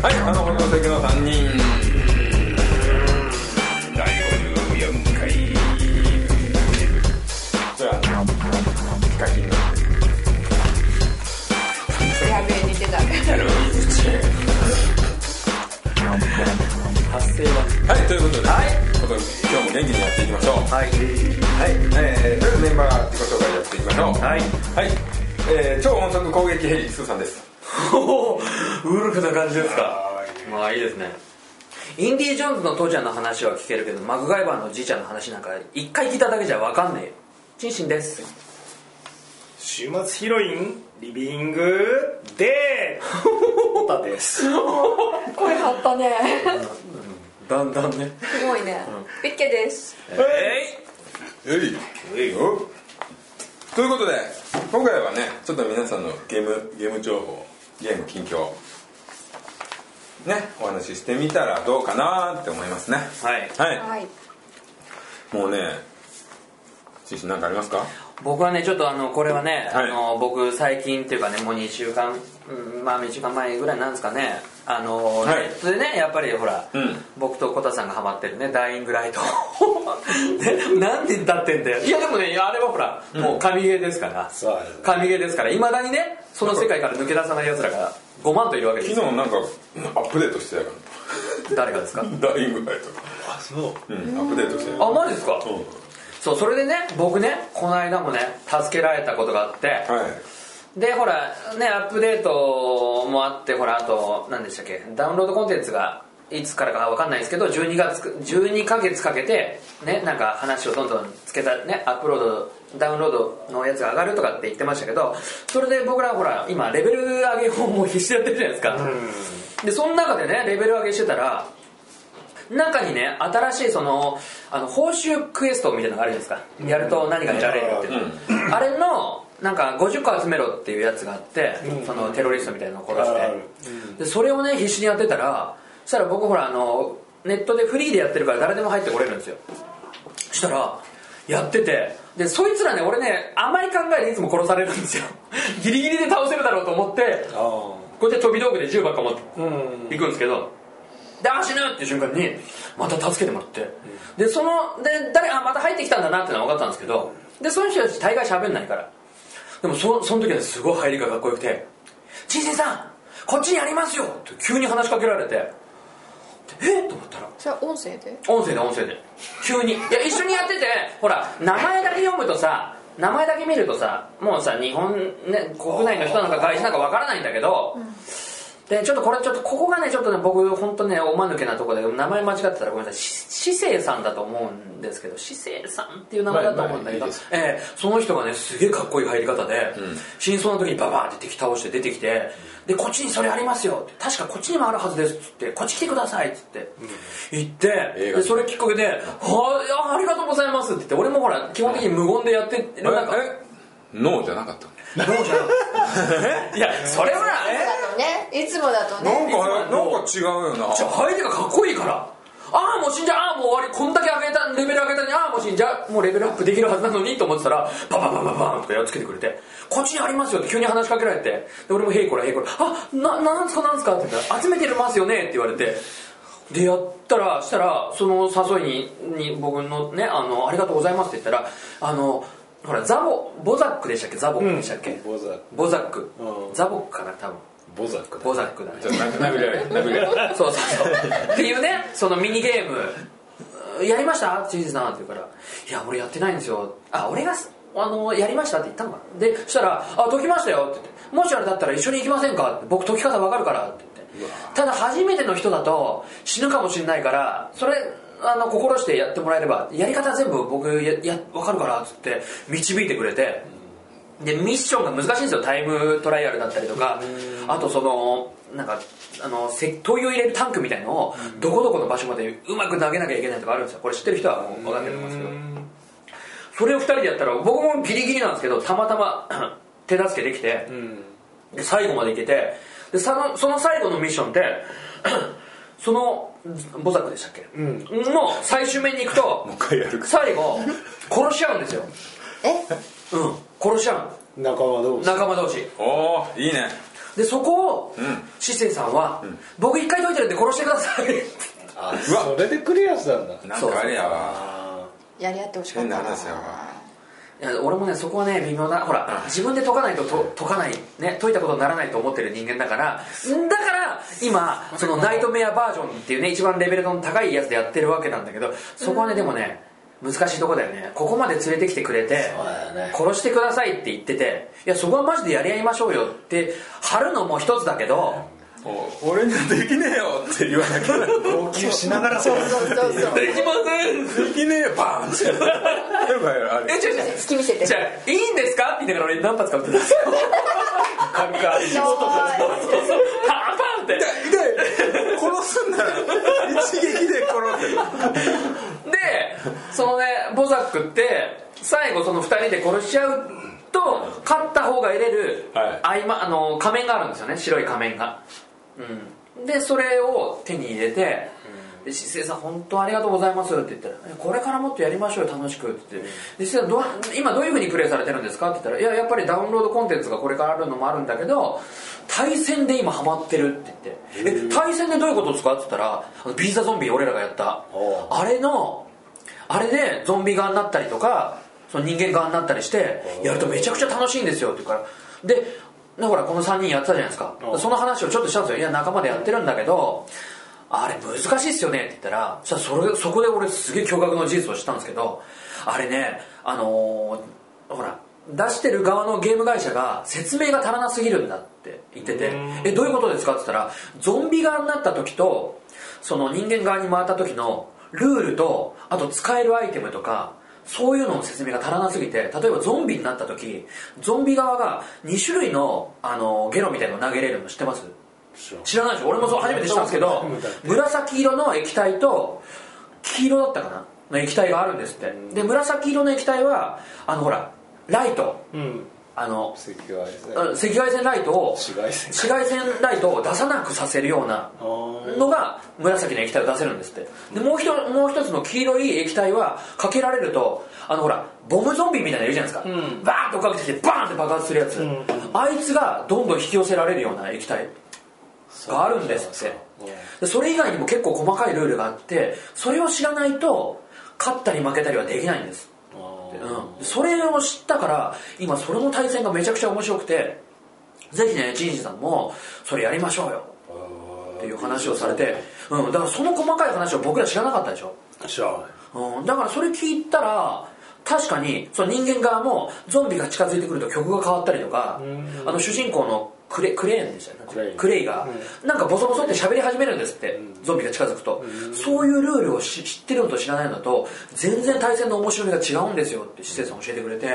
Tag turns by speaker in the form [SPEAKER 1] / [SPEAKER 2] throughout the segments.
[SPEAKER 1] はい、あの、この席の3人。第54回。じゃあ、ヒカキンの
[SPEAKER 2] やべえ似てた
[SPEAKER 1] やる
[SPEAKER 3] 発生は
[SPEAKER 1] はい、ということで、
[SPEAKER 3] はい
[SPEAKER 1] ことで今日も元気にやっていきましょう。はい、
[SPEAKER 3] はい
[SPEAKER 1] えー、とりあえずメンバー自己紹介やっていきましょう。
[SPEAKER 3] はい
[SPEAKER 1] はい、えー、超音速攻撃ヘリ、スーさんです。
[SPEAKER 3] おおウルフな感じですかまあいいですねインディ・ジョーンズの父ちゃんの話は聞けるけどマグガイバーのじいちゃんの話なんか一回聞いただけじゃ分かんねえよチンシンです
[SPEAKER 4] 週末ヒロインリビングでホタです
[SPEAKER 2] 声張ったね
[SPEAKER 3] だんだんね
[SPEAKER 2] すごいねピッケです
[SPEAKER 1] えいえいえいよということで今回はねちょっと皆さんのゲームゲーム情報ゲーム近況ねお話ししてみたらどうかなって思いますね
[SPEAKER 3] はい
[SPEAKER 1] は
[SPEAKER 2] はい
[SPEAKER 1] いもうねシンシン何かありますか
[SPEAKER 3] 僕はねちょっとあのこれはね、
[SPEAKER 1] はい
[SPEAKER 3] あの僕最近っていうかねもう2週間、うんまあ2週間前ぐらいなんですかねあの、
[SPEAKER 1] はい
[SPEAKER 3] ネットでねやっぱりほら、
[SPEAKER 1] うん
[SPEAKER 3] 僕とコタさんがハマってるねダイイングライトねなん で歌ってんだよいやでもねあれはほら、もう神ゲーですから
[SPEAKER 4] そうですね
[SPEAKER 3] 神ゲーですからいまだにねその世界から抜け出さない奴らが5万といるわけで
[SPEAKER 1] 昨
[SPEAKER 3] す
[SPEAKER 1] 日なんかアップデートしてたか
[SPEAKER 3] 誰がですから
[SPEAKER 1] ダイイン グライ
[SPEAKER 4] あそう
[SPEAKER 1] トうんアップデートしてた
[SPEAKER 3] あマジですか、
[SPEAKER 1] うん
[SPEAKER 3] そうそれでね僕ねこの間もね助けられたことがあって、
[SPEAKER 1] はい
[SPEAKER 3] でほらねアップデートもあってほらあと何でしたっけダウンロードコンテンツがいつからか分かんないですけど12月く12ヶ月かけてねなんか話をどんどんつけたねアップロードダウンロードのやつが上がるとかって言ってましたけどそれで僕らほら今レベル上げをもう必死でやってるじゃないですかでその中でねレベル上げしてたら中にね新しいそのあの報酬クエストみたいなのがあるじゃないですかやると何が得られるっていう、あれのなんか50個集めろっていうやつがあって、そのテロリストみたいなのを殺
[SPEAKER 4] あ
[SPEAKER 3] して、でそれをね必死にやってたらそしたら僕ほらあのネットでフリーでやってるから誰でも入ってこれるんですよそしたらやっててでそいつらね俺ね甘い考えでいつも殺されるんですよ ギリギリで倒せるだろうと思って
[SPEAKER 4] あ
[SPEAKER 3] こうやって飛び道具で銃ばっか持って
[SPEAKER 4] あうん
[SPEAKER 3] 行くんですけどであ死ぬっていう瞬間にまた助けてもらって、でそので誰あまた入ってきたんだなってのは分かったんですけどでその人たち大概喋んないからでもそその時はすごい入りがかっこよくて「人生さんこっちにありますよ!」って急に話しかけられてでえっと思ったら
[SPEAKER 2] それは音声で
[SPEAKER 3] 音声で音声で急にいや一緒にやっててほら名前だけ読むとさ名前だけ見るとさもうさ日本、ね、国内の人なのか外人なのかわからないんだけど、でちょっとこれちょっとここがねちょっとね僕本当ねおまぬけなとこで名前間違ってたらごめんなさいし姿勢さんだと思うんですけど姿勢さんっていう名前だと思うんだけど、
[SPEAKER 1] まあまあいいです
[SPEAKER 3] ええその人がねすげえかっこいい入り方で、真相の時にババーって敵倒して出てきてでこっちにそれありますよって確かこっちにもあるはずですっつってこっち来てくださいっつって、行って
[SPEAKER 1] 映画
[SPEAKER 3] でそれきっかけで「はあありがとうございます」って言って俺もほら基本的に無言でやってる中
[SPEAKER 1] ええノーじゃなかったの
[SPEAKER 3] どうじ ゃんいやそれはな
[SPEAKER 2] だとねいつもだと
[SPEAKER 1] なん
[SPEAKER 2] ね
[SPEAKER 1] かなんか違うよな
[SPEAKER 3] じゃあ相手がかっこいいからああもう死んじゃうああもう終わりこんだけ上げたレベル上げたのにああもう死んじゃうもうレベルアップできるはずなのにと思ってたらバババババンとかやっつけてくれてこっちにありますよって急に話しかけられてで俺も「へいこらへいこら」「あななんすかなんすか」って言ったら「集めてますよね」って言われてでやったらしたらその誘いにに僕のねあの「ありがとうございます」って言ったらあのほらザボボザックでしたっけザボックでしたっけ、
[SPEAKER 4] ボザック
[SPEAKER 3] ボザック、
[SPEAKER 4] うん
[SPEAKER 3] ザボックかな多分
[SPEAKER 4] ボザック
[SPEAKER 3] ボザックだね
[SPEAKER 1] ちょっと涙が 涙が
[SPEAKER 3] そうそうそうっていうねそのミニゲームやりましたチーズさんって言うから「いや俺やってないんですよ」あ俺がすあのやりましたって言ったのかなでそしたら「あ解きましたよ」って言って「もしあれだったら一緒に行きませんか?」って「僕解き方わかるから」って言ってただ初めての人だと死ぬかもしれないからそれあの心してやってもらえればやり方全部僕ややわかるからっつって導いてくれてでミッションが難しいんですよタイムトライアルだったりとかあとそのなんかあのせ灯油を入れるタンクみたいのをどこどこの場所までうまく投げなきゃいけないとかあるんですよこれ知ってる人はもう分かってると思うんですけどそれを2人でやったら僕もギリギリなんですけどたまたま 手助けできて、で最後までいけてでそのその最後のミッションって そのボザクでしたっけ、の最終面に行くと
[SPEAKER 1] もう一回やるか
[SPEAKER 3] 最後殺し合うんですよ
[SPEAKER 2] え
[SPEAKER 3] うん殺し合うの
[SPEAKER 4] 仲間同士
[SPEAKER 3] 仲間同士
[SPEAKER 1] おおいいね
[SPEAKER 3] でそこを
[SPEAKER 1] ん
[SPEAKER 3] システンさんは、僕一回解いてるんで殺してください」
[SPEAKER 4] あ
[SPEAKER 1] うわ
[SPEAKER 4] それでクリアしたんだ
[SPEAKER 1] なんかあれやわ
[SPEAKER 4] あ
[SPEAKER 2] やり合ってほしかっ
[SPEAKER 1] 変な
[SPEAKER 2] たな
[SPEAKER 1] 話やわ
[SPEAKER 3] いや俺もねそこはね微妙なほら、自分で解かないとと解かないね解いたことにならないと思ってる人間だからだから今そのナイトメアバージョンっていうね一番レベルの高いやつでやってるわけなんだけどそこはね、でもね難しいとこだよねここまで連れてきてくれて
[SPEAKER 4] そうだよね
[SPEAKER 3] 殺してくださいって言ってていやそこはマジでやり合いましょうよって貼るのも一つだけど
[SPEAKER 1] お俺にはできねえよって言わなきゃ
[SPEAKER 4] ー号泣しながら
[SPEAKER 2] そうそうそうそう
[SPEAKER 3] できません
[SPEAKER 1] できねえよバーンってやればやる
[SPEAKER 3] え
[SPEAKER 1] あれ
[SPEAKER 3] 違う違う
[SPEAKER 2] 好き見せて
[SPEAKER 3] じゃあいいんですかって言いながら俺何発か打ってたんですよ
[SPEAKER 4] 感覚
[SPEAKER 2] ちょーい
[SPEAKER 3] そうそうパンパンって
[SPEAKER 1] 痛い殺すんなら一撃で殺せ
[SPEAKER 3] でそのねボザックって最後その2人で殺し合うと勝った方が得れる、
[SPEAKER 1] は
[SPEAKER 3] 合間あの仮面があるんですよね白い仮面が、うん、でそれを手に入れて「で姿勢さん本当ありがとうございます」って言ったらえ「これからもっとやりましょうよ楽しく」って言って「で姿勢さんどう今どういうふうにプレイされてるんですか?」って言ったら「いややっぱりダウンロードコンテンツがこれからあるのもあるんだけど対戦で今ハマってる」って言って「え対戦でどういうことですか?」って言ったら「あのビーザゾンビ俺らがやった
[SPEAKER 4] おう
[SPEAKER 3] あれのあれでゾンビ側になったりとかその人間側になったりしてやるとめちゃくちゃ楽しいんですよって言うからでだからこの3人やってたじゃないですか
[SPEAKER 4] うん
[SPEAKER 3] その話をちょっとしたんですよいや仲間でやってるんだけどあれ難しいっすよねって言ったらそしたらそれそこで俺すげえ驚愕の事実を知ったんですけどあれねあのーほら出してる側のゲーム会社が説明が足らなすぎるんだって言ってて
[SPEAKER 4] うん
[SPEAKER 3] 「えどういうことですか?」って言ったらゾンビ側になった時とその人間側に回った時のルールとあと使えるアイテムとかそういうのの説明が足らなすぎて例えばゾンビになった時ゾンビ側が2種類のあのゲロみたいの投げれるの知ってます知らないでしょ俺もそう初めて知ったんですけど紫色の液体と黄色だったかなの液体があるんですってで紫色の液体はあのほらライト
[SPEAKER 4] うん
[SPEAKER 3] あの
[SPEAKER 4] 赤外線
[SPEAKER 3] 赤外線ライトを
[SPEAKER 4] 紫外線
[SPEAKER 3] 紫外線ライトを出さなくさせるような
[SPEAKER 4] あー
[SPEAKER 3] のが紫の液体を出せるんですってでもう一人もう一つの黄色い液体はかけられるとあのほらボムゾンビみたいなのいるじゃないですか、
[SPEAKER 4] うん
[SPEAKER 3] バーンとかけてきてバーンって爆発するやつ、
[SPEAKER 4] ん
[SPEAKER 3] あいつがどんどん引き寄せられるような液体があるんですってでそれ以外にも結構細かいルールがあってそれを知らないと勝ったり負けたりはできないんです
[SPEAKER 4] うんあ
[SPEAKER 3] うん、それを知ったから今それの対戦がめちゃくちゃ面白くてぜひねジンジさんもそれやりましょうよ
[SPEAKER 4] ー
[SPEAKER 3] っていう話をされて、うん、だからその細かい話を僕ら知らなかったでしょ、
[SPEAKER 4] 知らない
[SPEAKER 3] うん、だからそれ聞いたら確かにその人間側もゾンビが近づいてくると曲が変わったりとかあの主人公のクレクレーンでしたよね
[SPEAKER 4] クレイン
[SPEAKER 3] が、なんかボソボソって喋り始めるんですって、ゾンビが近づくと、そういうルールをし知ってるのと知らないのと全然対戦の面白みが違うんですよって施設さん教えてくれて、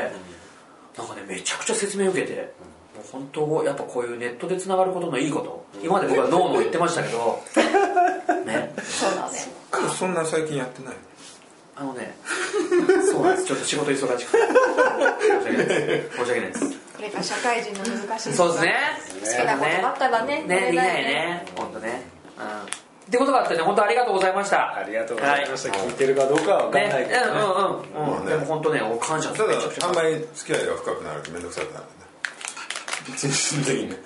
[SPEAKER 3] なんかねめちゃくちゃ説明を受けて、もう本当やっぱこういうネットでつながることのいいこと、今まで僕はノーノー言ってましたけ どね
[SPEAKER 2] そうだね
[SPEAKER 1] そんな最近やってない
[SPEAKER 3] あのね そうなんですちょっと仕事忙しくて申し訳ないです申し訳ないです
[SPEAKER 2] これが社会人の難しいとこ
[SPEAKER 3] そ
[SPEAKER 2] ろ
[SPEAKER 3] うですね
[SPEAKER 2] 好きなことばっかだね
[SPEAKER 3] ねできないね本当ねうんってことがあってね本当ありがとうございました
[SPEAKER 4] ありがとうございました、聞いてるかどうかは分かんないけど、ね
[SPEAKER 3] はいねうんうんうん、うん
[SPEAKER 1] まあね
[SPEAKER 3] でも本当ねお感謝
[SPEAKER 1] た
[SPEAKER 3] めちゃくちゃ
[SPEAKER 1] だあんまり付き合いが深くなると面倒くさくなるね一時的にね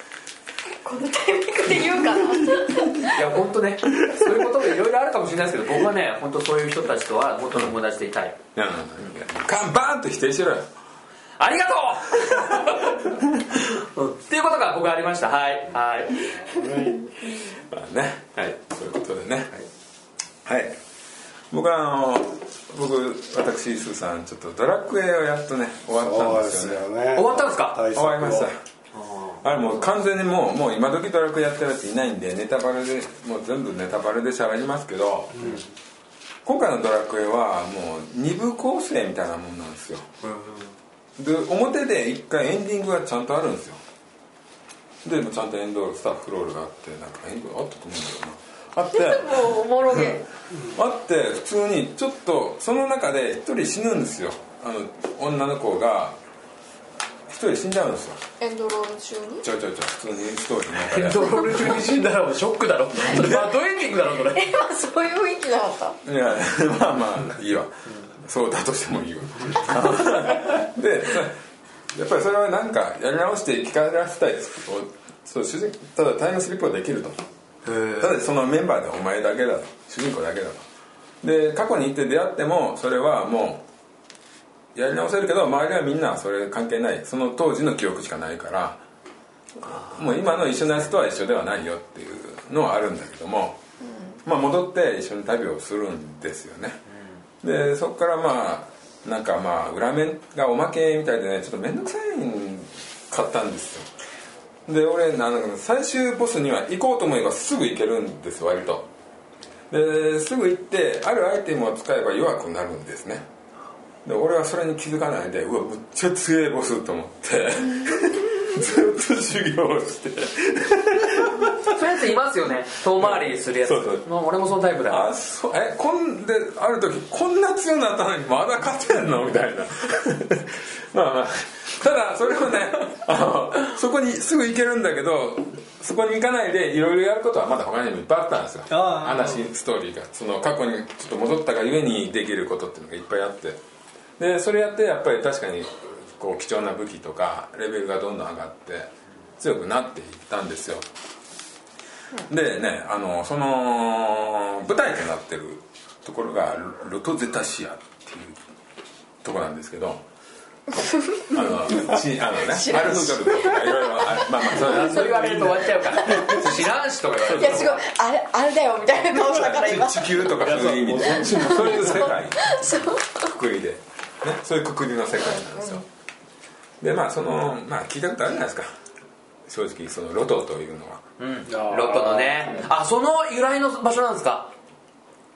[SPEAKER 2] このタイミングで言うかない
[SPEAKER 3] や本当ねそういうこともいろいろあるかもしれないですけど僕はね本当そういう人たちとはもっと友達でいたい
[SPEAKER 1] うんカンバーンと否定しろよ
[SPEAKER 3] ありが とう、うん、っていうことが僕はありましたはいはい
[SPEAKER 1] まあねはいそういうことでねはい、僕はあの僕私スーさんちょっとドラクエをやっとね終わったんですよね
[SPEAKER 4] ね
[SPEAKER 3] 終わったんですか
[SPEAKER 4] 対策
[SPEAKER 1] 終
[SPEAKER 4] を
[SPEAKER 1] わりましたあれもう完全にもうもう今時ドラクエやってるやついないんでネタバレでもう全部ネタバレで喋りますけど、今回のドラクエはもう二部構成みたいなもんなんですよで表で一回エンディングがちゃんとあるんですよでもちゃんとエンドロールスタッフロールがあってなんかエンドロールあったと思うんだよなあって
[SPEAKER 2] もうおもろげ
[SPEAKER 1] あ って普通にちょっとその中で一人死ぬんですよあの女の子が一一人死んじゃうんですよ
[SPEAKER 2] エンドロール中に
[SPEAKER 1] ちょいちょいちょい普通にストーリーの中で
[SPEAKER 3] ドロール中に死んだらショックだろそれバッドエンディングだろそれ
[SPEAKER 2] え今そういう雰囲気なかった
[SPEAKER 1] いやまあまあいいわそうだとしてもいいわでやっぱりそれはなんかやり直して生き返らせたいですそう主人ただタイムスリップはできるとただそのメンバーでお前だけだと主人公だけだとで過去に行って出会ってもそれはもうやり直せるけど周りはみんなそれ関係ないその当時の記憶しかないからもう今の一緒のやつとは一緒ではないよっていうのはあるんだけども、まあ、戻って一緒に旅をするんですよね、でそこからまあなんかまあ裏面がおまけみたいでねちょっと面倒くさいん買ったんですよで俺なんか最終ボスには行こうと思えばすぐ行けるんです割とですぐ行ってあるアイテムを使えば弱くなるんですねで俺はそれに気づかないでうわむっちゃ強いボスと思ってずっと修行をして
[SPEAKER 3] そういうやついますよね遠回りするやつ
[SPEAKER 1] そうそう
[SPEAKER 3] まあ俺もそのタイプだよ
[SPEAKER 1] あそうえこんである時こんな強くなったのにまだ勝てんのみたい なまあまあただそれをねあのそこにすぐ行けるんだけどそこに行かないでいろいろやることはまだ他にもいっぱいあったんですよ
[SPEAKER 4] ああ
[SPEAKER 1] 話ストーリーがその過去にちょっと戻ったがゆえにできることっていうのがいっぱいあってでそれやってやっぱり確かにこう貴重な武器とかレベルがどんどん上がって強くなっていったんですよでねあのその舞台となってるところがルルトゼタシアっていうとこなんですけどあ のしあのねアルフガルトとかいろいろあるまあまあそれは
[SPEAKER 3] そう言われると終わっちゃうから知らんしとか言われ
[SPEAKER 2] い
[SPEAKER 3] る
[SPEAKER 2] やすごいあれあれだよみたいな顔したから今
[SPEAKER 1] 地球とかそういう意味でそういう世界くくりで、ね、そういうくくりの世界なんですよでまあそのまあ聞いたことあるじゃないですか正直そのロトというのは
[SPEAKER 3] うんロットのねあその由来の場所なんですか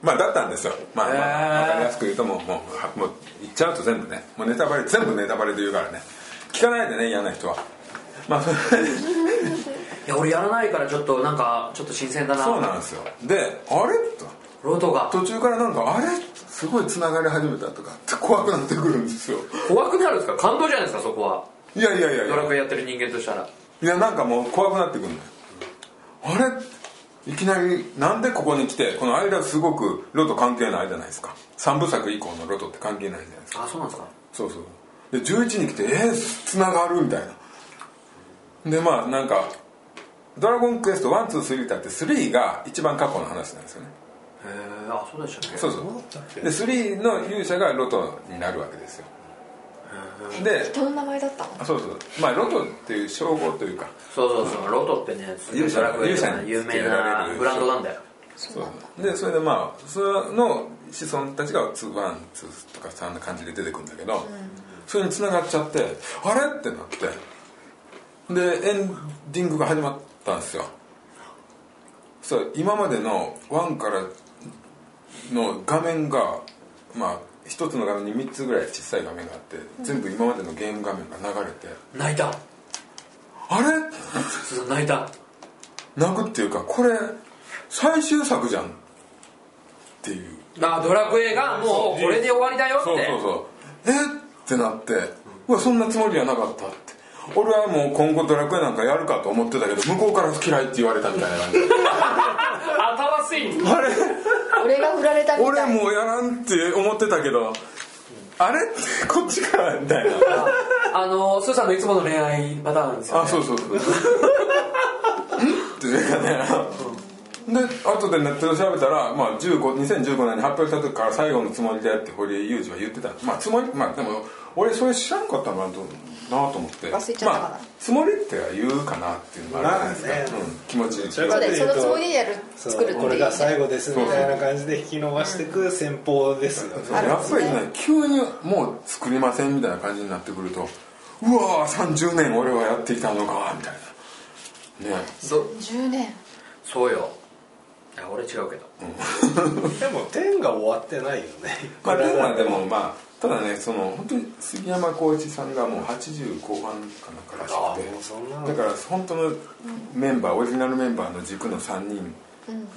[SPEAKER 1] まあだったんですよまあまあ
[SPEAKER 3] へー
[SPEAKER 1] 分かりやすく言うともうもうはもう言っちゃうと全部ねもうネタバレ全部ネタバレで言うからね聞かないでね嫌な人はまあそれで
[SPEAKER 3] いや俺やらないからちょっとなんかちょっと新鮮だな
[SPEAKER 1] そうなんですよであれと
[SPEAKER 3] ロトが
[SPEAKER 1] 途中からなんかあれすごい繋がり始めたとかって怖くなってくるんですよ
[SPEAKER 3] 怖くなるんですか感動じゃないですかそこはい
[SPEAKER 1] やいやいやい
[SPEAKER 3] ド
[SPEAKER 1] や
[SPEAKER 3] ラクエやってる人間としたら
[SPEAKER 1] いやなんかもう怖くなってくるのよあれいきなりなんでここに来てこの間すごくロト関係ないじゃないですか3部作以降のロトって関係ないじゃないですか
[SPEAKER 3] あそうなんですか
[SPEAKER 1] そうそうで11に来てえー、つながるみたいなでまあなんか「ドラゴンクエスト123」だって3が一番過去の話なんですよね
[SPEAKER 3] へえあそうでしたっけ
[SPEAKER 1] そうそうで3の勇者がロトになるわけですよで
[SPEAKER 2] 人の名前だったの
[SPEAKER 1] あそうそうまあロトっていう称号というか
[SPEAKER 3] そうそうそうロトってね
[SPEAKER 1] 勇者
[SPEAKER 3] ドラクエとかね
[SPEAKER 1] 勇
[SPEAKER 3] 有
[SPEAKER 1] 者に付け
[SPEAKER 3] 名
[SPEAKER 1] られ
[SPEAKER 3] な
[SPEAKER 1] る
[SPEAKER 3] ブランドなんだよ
[SPEAKER 1] そうでそれでまあそれの子孫たちがツーワンツーとかそんな感じで出てくるんだけど、それに繋がっちゃってあれってなってでエンディングが始まったんですよそう今までの1からの画面がまあ一つの画面に3つぐらい小さい画面があって全部今までのゲーム画面が流れて、
[SPEAKER 3] 泣いた
[SPEAKER 1] あれ
[SPEAKER 3] すずさん泣いた
[SPEAKER 1] 泣くっていうかこれ最終作じゃんっていう
[SPEAKER 3] あドラクエがもうこれで終わりだよって
[SPEAKER 1] そうそうそうえってなってうわそんなつもりはなかったって俺はもう今後ドラクエなんかやるかと思ってたけど向こうから嫌いって言われたみたいな 感じで
[SPEAKER 3] 新しい
[SPEAKER 1] あれ
[SPEAKER 2] 俺が振られたみ
[SPEAKER 1] 俺
[SPEAKER 2] たい
[SPEAKER 1] もうやらんって思ってたけどあれ こっちからみたいな
[SPEAKER 3] あのスーさんのいつもの恋愛パターンですよ、ね、
[SPEAKER 1] あそうそうそうんっていうかねで後でネットで調べたら、まあ、15 2015年に発表した時から最後のつもりでって堀江雄二は言ってたまあつもりまあでも俺それ知らんかったなとなと思って
[SPEAKER 2] 忘れちゃったかな
[SPEAKER 1] まあ、つもりっては言うかなっていうのがあるじゃないですか、
[SPEAKER 4] まあ
[SPEAKER 1] う
[SPEAKER 4] ね
[SPEAKER 1] ん、気持ち
[SPEAKER 4] そ
[SPEAKER 2] そ
[SPEAKER 4] れが
[SPEAKER 2] うだよそのつもりでやる作るってい
[SPEAKER 4] そう
[SPEAKER 2] う
[SPEAKER 4] これが最後ですみたいな感じで引き伸ばしていく戦法ですよね
[SPEAKER 1] そうやっぱりね急にもう作りませんみたいな感じになってくるとうわー30年俺はやってきたのかみたいなね
[SPEAKER 3] そ
[SPEAKER 2] 10年
[SPEAKER 3] そうよいや俺違うけど
[SPEAKER 4] でも天が終わってないよね
[SPEAKER 1] まあ、ルーマでもまあただねその本当に杉山浩一さんがもう80後半かなんからし
[SPEAKER 4] あ
[SPEAKER 1] く
[SPEAKER 4] もうそんなの
[SPEAKER 1] てだから本当のメンバーオリジナルメンバーの軸の3人